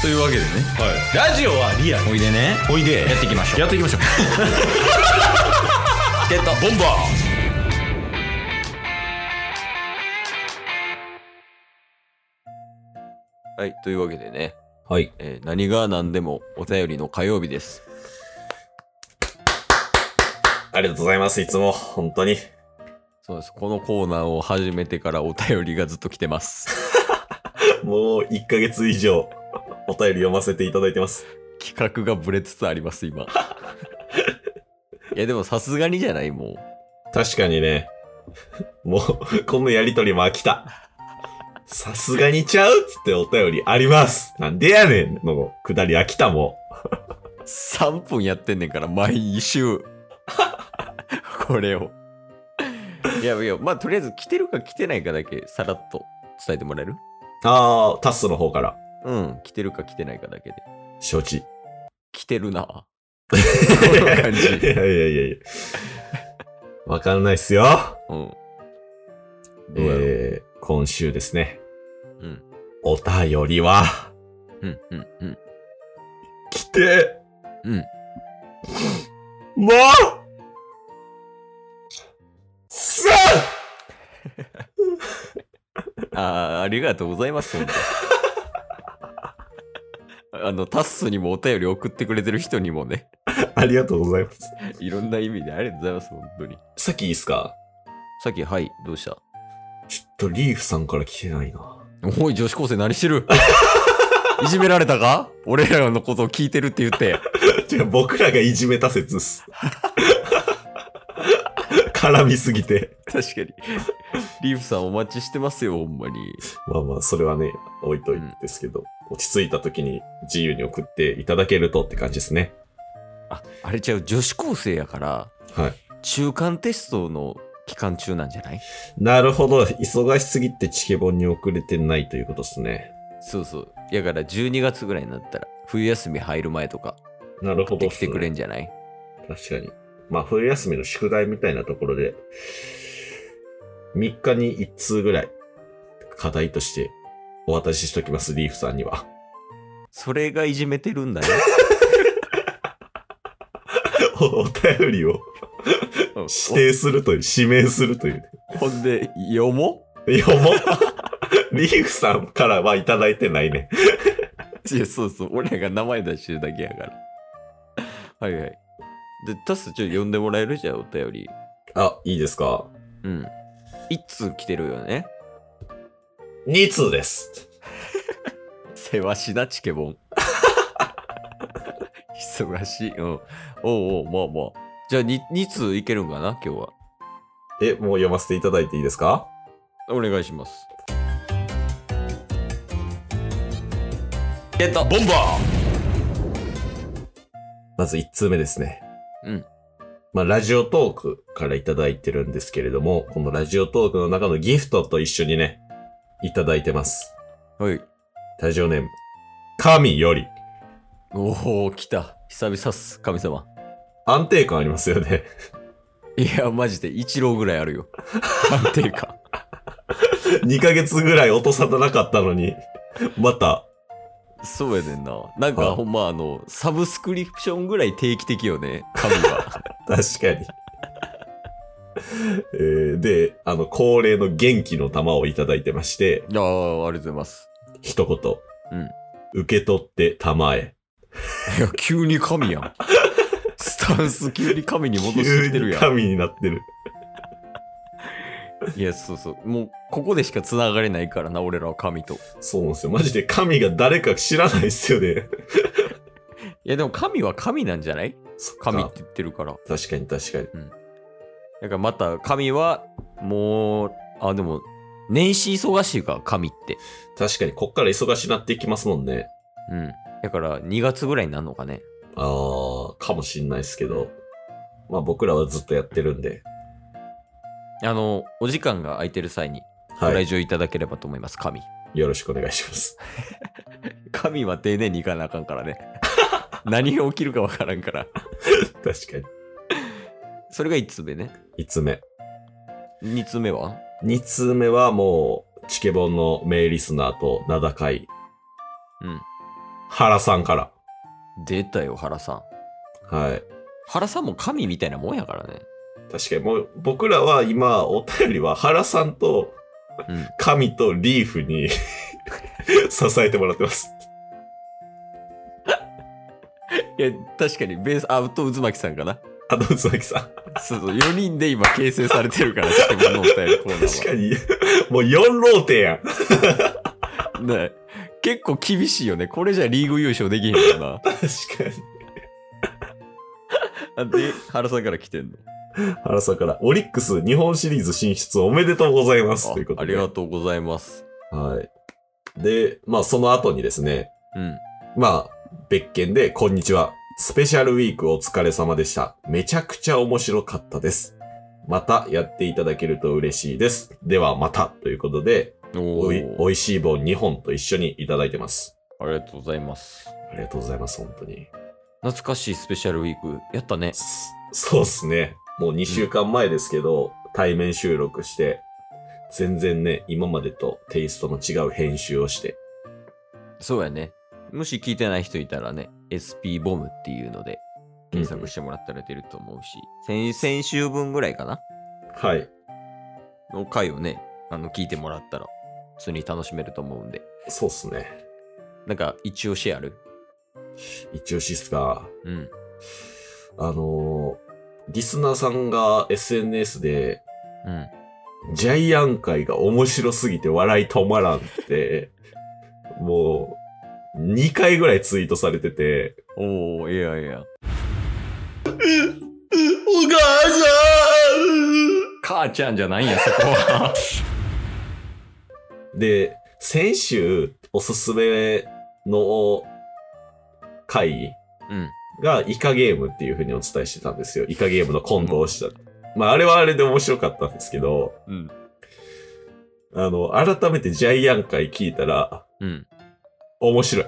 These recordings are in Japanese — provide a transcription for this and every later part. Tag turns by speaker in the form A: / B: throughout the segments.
A: というわけでね
B: はい、ラジオはリアル
A: おいでね
B: おいで
A: やっていきましょう
B: やっていきましょう
A: ゲット
B: ボンバ
A: はいというわけでね、
C: はい。
A: えー何が何でもお便りの火曜日です
C: ありがとうございます、いつも。本当に。
A: そうですこのコーナーを始めてからお便りがずっと来てます
C: もう1ヶ月以上、お便り読ませていただいてます。
A: 企画がブレつつあります 今いやでもさすがにじゃないもう
C: 確かにね、 もう、このやりとりも飽きた。さすがにちゃうっつってお便りあります。なんでやねんのくだり飽きたも
A: 3分やってんねんから毎 週これをいやいやまあとりあえず来てるか来てないかだけさらっと伝えてもらえる
C: ん。あー、タッスの方から。
A: うん来てるか来てないかだけで
C: 承知。い
A: 来てるなこの感じ
C: やいやいやいや。わかんないっすよ。
A: うんどうやろう
C: えー、今週ですね。
A: うん
C: お便りは、
A: うんうんうん
C: 来て、
A: うん
C: もうさ
A: あーありがとうございます本当 にあのタッスにもお便り送ってくれてる人にもね
C: あありがとうございます。
A: いろんな意味でありがとうございます本当に
C: さっきいいっすか
A: さっきはいどうした
C: ちょっとリーフさんから来てないな。
A: おい、女子高生何してる いじめられたか俺らのことを聞いてるって言って。
C: 違う、僕らがいじめた説っ す。絡みすぎて。
A: 確かに。リーフさんお待ちしてますよ、ほんまに。
C: まあまあ、それはね、置いといてですけど、落ち着いた時に自由に送っていただけるとって感じですね。
A: あ、あれちゃう、女子高生やから、
C: はい。
A: 中間テストの期間中なんじゃない
C: なるほど。忙しすぎてチケボンに遅れてないということですね。
A: そうそう。やから12月ぐらいになったら、冬休み入る前とか、
C: なるほどっ
A: ですき
C: ね、
A: てくれんじゃない
C: 確かに。まあ、冬休みの宿題みたいなところで、3日に1通ぐらい、課題としてお渡ししときます、リーフさんには。
A: それがいじめてるんだ よ。
C: おお便りを
A: うん
C: 指定するという、指名するという。
A: ほんで、読も
C: 読も うリーフさんからはいただいてないね。
A: ういや、そうそう。俺らが名前出してるだけやから。はいはい。で、タス、ちょっと呼んでもらえるじゃあ、お便り。
C: あ、いいですか
A: うん。一通来てるよね。
C: ?2 通です。
A: せわしな、チケボン。 忙しい。うん。おうおう、まあまあ。じゃあ2、二通いけるんかな、今日は。
C: え、もう読ませていただいていいですか
A: お願いします。えっと、ボンバ
C: まず1通目ですね。
A: うん。
C: まあ、ラジオトークからいただいてるんですけれども、このラジオトークの中のギフトと一緒にね、いただいてます。
A: ーはい。
C: ラジオネーム、神より。
A: おお、来た。久々っす、神様。
C: 安定感ありますよね。
A: いや、マジで、一郎ぐらいある よ。安定感。
C: 2ヶ月ぐらい音沙汰なかったのに、また、
A: そうやねんな。なん
C: は
A: か、
C: い
A: ほんま、あの、サブスクリプションぐらい定期的よね、神 が。
C: 確かに。えーで、あの、恒例の元気の玉をいただいてまして、
A: ああ、ありがとうございます。
C: 一言。
A: うん。
C: 受け取って玉へ。
A: いや、急に神やん。スタンス急に神に戻して
C: 急
A: きてる
C: に
A: やん。
C: 神になってる。
A: いや、そうそう。もう、ここでしか繋がれないからな、俺らは神と。い
C: そうなんですよ。マジで神が誰か知らないっすよ ね。
A: や、でも神は神なんじゃない
C: そっか
A: 神って言ってるから。
C: 確かに確かに。
A: だからまた、神は、もう、あ、でも、年始忙しいか、神って。
C: 確かに、こっから忙しなっていきますもんね。
A: うん。だから、2月ぐらいになるのかね。
C: あー、かもしんないっすけど。まあ僕らはずっとやってるんで。
A: あの、お時間が空いてる際に、ご
C: は
A: 来
C: い。
A: 場いただければと思います、神。
C: よろしくお願いします。
A: 神は丁寧に行かなあかんからね。 何が起きるかわからんから。
C: 確かに。
A: それが1つ目ね。
C: 5つ目。
A: 2つ目は
C: 2通目はもう、チケボンの名リスナーと名高い、
A: うん。
C: 原さんから。
A: 出たよ、原さん。
C: はい。
A: 原さんも神みたいなもんやからね。
C: 確かにもう僕らは今お便りは原さんと
A: うん。
C: 神とリーフに 支えてもらってます。
A: いや、確かに、ベース、アウト渦巻さんかな。
C: あと、つばきさん。
A: そうそう、4人で今形成されてるから、質問のお便りコーナーは。
C: 確かに、もう4ローテやん。
A: ね結構厳しいよね。これじゃリーグ優勝できへんよな。
C: 確かに。
A: あで、原さんから来てんの。
C: 原さんから、オリックス日本シリーズ進出おめでとうございます。というこ
A: あ
C: と
A: あ
C: で。
A: りがとうございます。
C: はい。で、まあその後にですね、
A: うん。
C: まあ別件で、こんにちは。スペシャルウィークお疲れ様でした。めちゃくちゃ面白かったです。またやっていただけると嬉しいです。ではまたということで、
A: お
C: おい
A: ー
C: おいしい棒2本と一緒にいただいてます。
A: ありがとうございます。
C: ありがとうございます、本当に。
A: 懐かしいスペシャルウィーク。やったね。
C: そそうっすね。もう2週間前ですけど、対面収録して、全然ね、今までとテイストの違う編集をして、
A: そうやね。もし聞いてない人いたらね、SP ボムっていうので検索してもらったら出ると思うし、先先週分ぐらいかな
C: はい。
A: の回をね、あの、聞いてもらったら、普通に楽しめると思うんで。
C: そうっすね。
A: なんか、一押しある
C: 一押しっすか。
A: うん。
C: あのーリスナーさんが SNS で、
A: うん。
C: ジャイアン会が面白すぎて笑い止まらんって、もう、2回ぐらいツイートされてて、
A: おー、いやい や。
C: お母さ
A: 母ちゃんじゃないんや、そこは。
C: んで、先週、おすすめの会
A: うん。
C: がイカゲームっていう風にお伝えしてたんですよ。イカゲームのコントをした。まあ、あれはあれで面白かったんですけど、
A: うん。
C: あの、改めてジャイアン会聞いたら、
A: うん。
C: 面白い。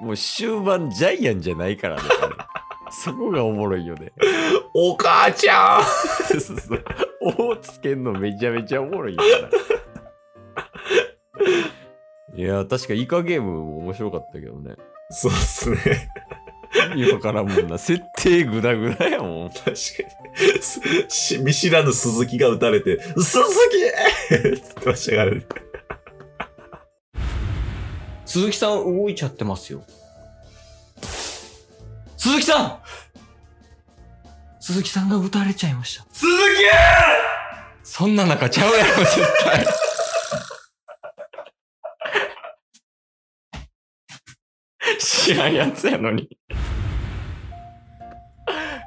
A: もう終盤ジャイアンじゃないからね。あれそこがおもろいよね。
C: お母ちゃん
A: そうそうそう。おつけんのめちゃめちゃおもろいから。いやー、確かイカゲームも面白かったけどね。
C: そうっすね。
A: 意味わからんもんな。設定グダグダやもん。
C: 確かにすし。見知らぬ鈴木が撃たれて、鈴木って言ってましたからね。
A: 鈴木さん動いちゃってますよ。鈴木さん鈴木さんが撃たれちゃいました。
C: 鈴
A: そんな中ちゃうやろ、絶対。知らんやつやのに。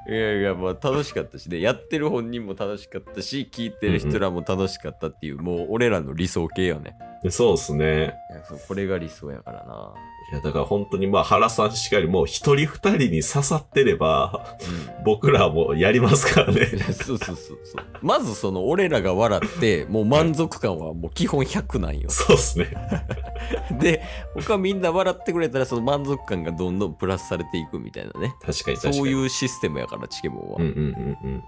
A: いやいや、まあ楽しかったしね、やってる本人も楽しかったし、聞いてる人らも楽しかったっていう、もう俺らの理想系よね。
C: 木そうっすね。
A: いやそうこれが理想やからな。
C: いや、だから本当にまあ原さんしかりもう一人二人に刺さってれば、僕らはもうやりますから
A: いや
C: ね。
A: そうそうそうそう。まずその俺らが笑って、もう満足感はもう基本100なんよ。
C: そうっすね。
A: で他みんな笑ってくれたらその満足感がどんどんプラスされていくみたいなね
C: 確かに確か
A: そ
C: に。。
A: ういううシステムやからチケモンは、
C: うんうんうんうん。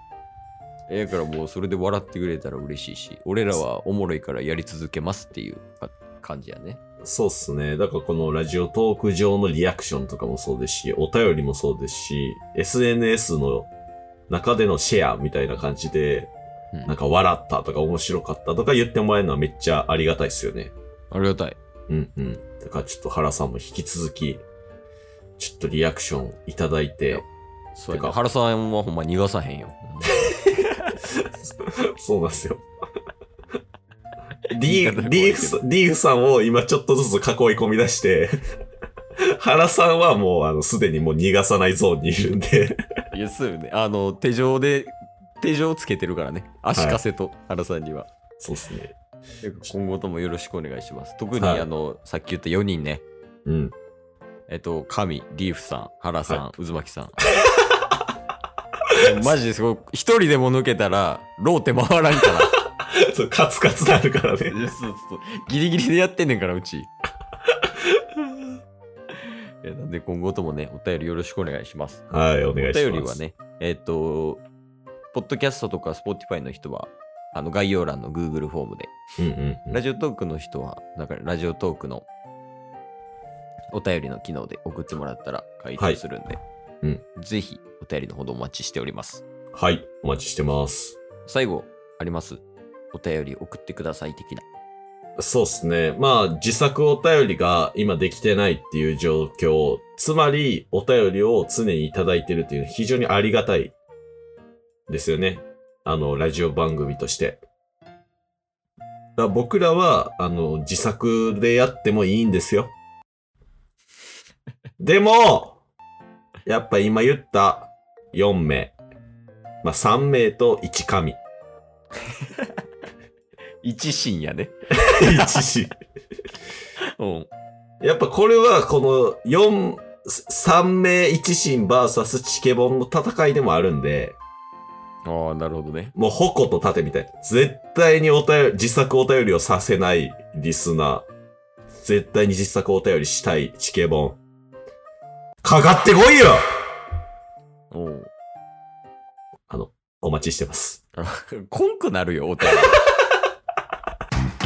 A: ええからもうそれで笑ってくれたら嬉しいし俺らはおもろいからやり続けますっていうか感じやね
C: そうっすね。だからこのラジオトーク上のリアクションとかもそうですし、お便りもそうですし、SNS の中でのシェアみたいな感じで、
A: うん
C: なんか笑ったとか面白かったとか言ってもらえるのはめっちゃありがたいっすよね。
A: ありがたい
C: うんうん。だからちょっと原さんも引き続き、ちょっとリアクションいただいて、
A: そうや
C: て
A: ね
C: か
A: 原さんはほんま逃がさへ んよ
C: そうなんですよ。
A: 言い
C: リ
A: 方
C: ー
A: 怖いけ
C: リー
A: ど
C: フさん、リーフさんを今ちょっとずつ囲い込み出して、原さんはもうあのすでにもう逃がさないゾーンにいるんで、
A: いやそうよねあの手錠で手錠つけてるからね足かせと原さんには、
C: そうですね。
A: てか今後ともよろしくお願いします特に
C: はい
A: あの、さっき言った4人ね
C: うん。
A: えっと、神、リーフさん、原さん、渦巻さん。 マジですごい。一人でも抜けたら、ローテ回 らんから。
C: そうカツカツなるからね。
A: いやそうそうギリギリでやってんねんから、うち。い やなんで今後ともね、お便りよろしくお願いします。
C: はい、お願いします。
A: お便りは。ね、えっと、ポッドキャストとか Spotify の人は、あの概要欄の Google フォームで。
C: うんうんうん。
A: ラジオトークの人は、なんかラジオトークのお便りの機能で送ってもらったら回答するんで、
C: うん
A: ぜひお便りのほどお待ちしております。
C: はい。お待ちしてます。
A: 最後、ありますお便り送ってください的な。
C: そうですね。まあ、自作お便りが今できてないっていう状況。つまり、お便りを常にいただいてるっていうのは非常にありがたいですよね。あの、ラジオ番組として。だから僕らは、あの、自作でやってもいいんですよ。でも、やっぱ今言った4名。まあ、3名と1神。
A: 一深夜ね。
C: 1神。
A: うん。
C: やっぱこれはこの4、3名一心 VS チケボンの戦いでもあるんで、
A: ああ、なるほどね。
C: もう矛と盾みたい。絶対にお便り、自作お便りをさせないリスナー。絶対に自作お便りしたいチケボン。かかってこいよ
A: うん。
C: お待ちしてます。
A: コンくなるよ、お便り。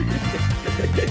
B: ます